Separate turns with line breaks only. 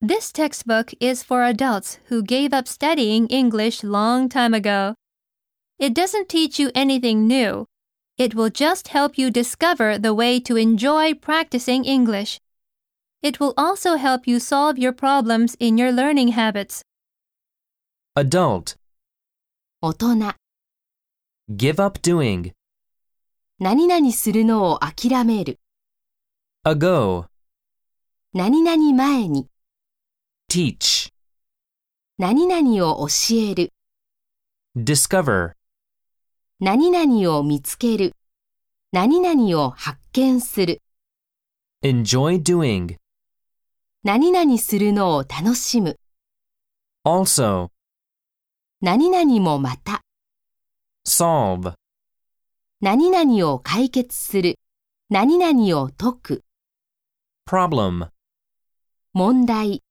This textbook is for adults who gave up studying English long time ago. It doesn't teach you anything new. It will just help you discover the way to enjoy practicing English. It will also help you solve your problems in your learning habits.
Adult.
大人、
Give up doing.
何々するのを諦める、
Ago.
何々前に、
Teach.
何々を教える、
Discover.
何々を見つける、何々を発見する、
Enjoy doing.
何々するのを楽しむ、
Also.
何々もまた、
Solve.
何々を解決する、何々を解く、
Problem.
問題、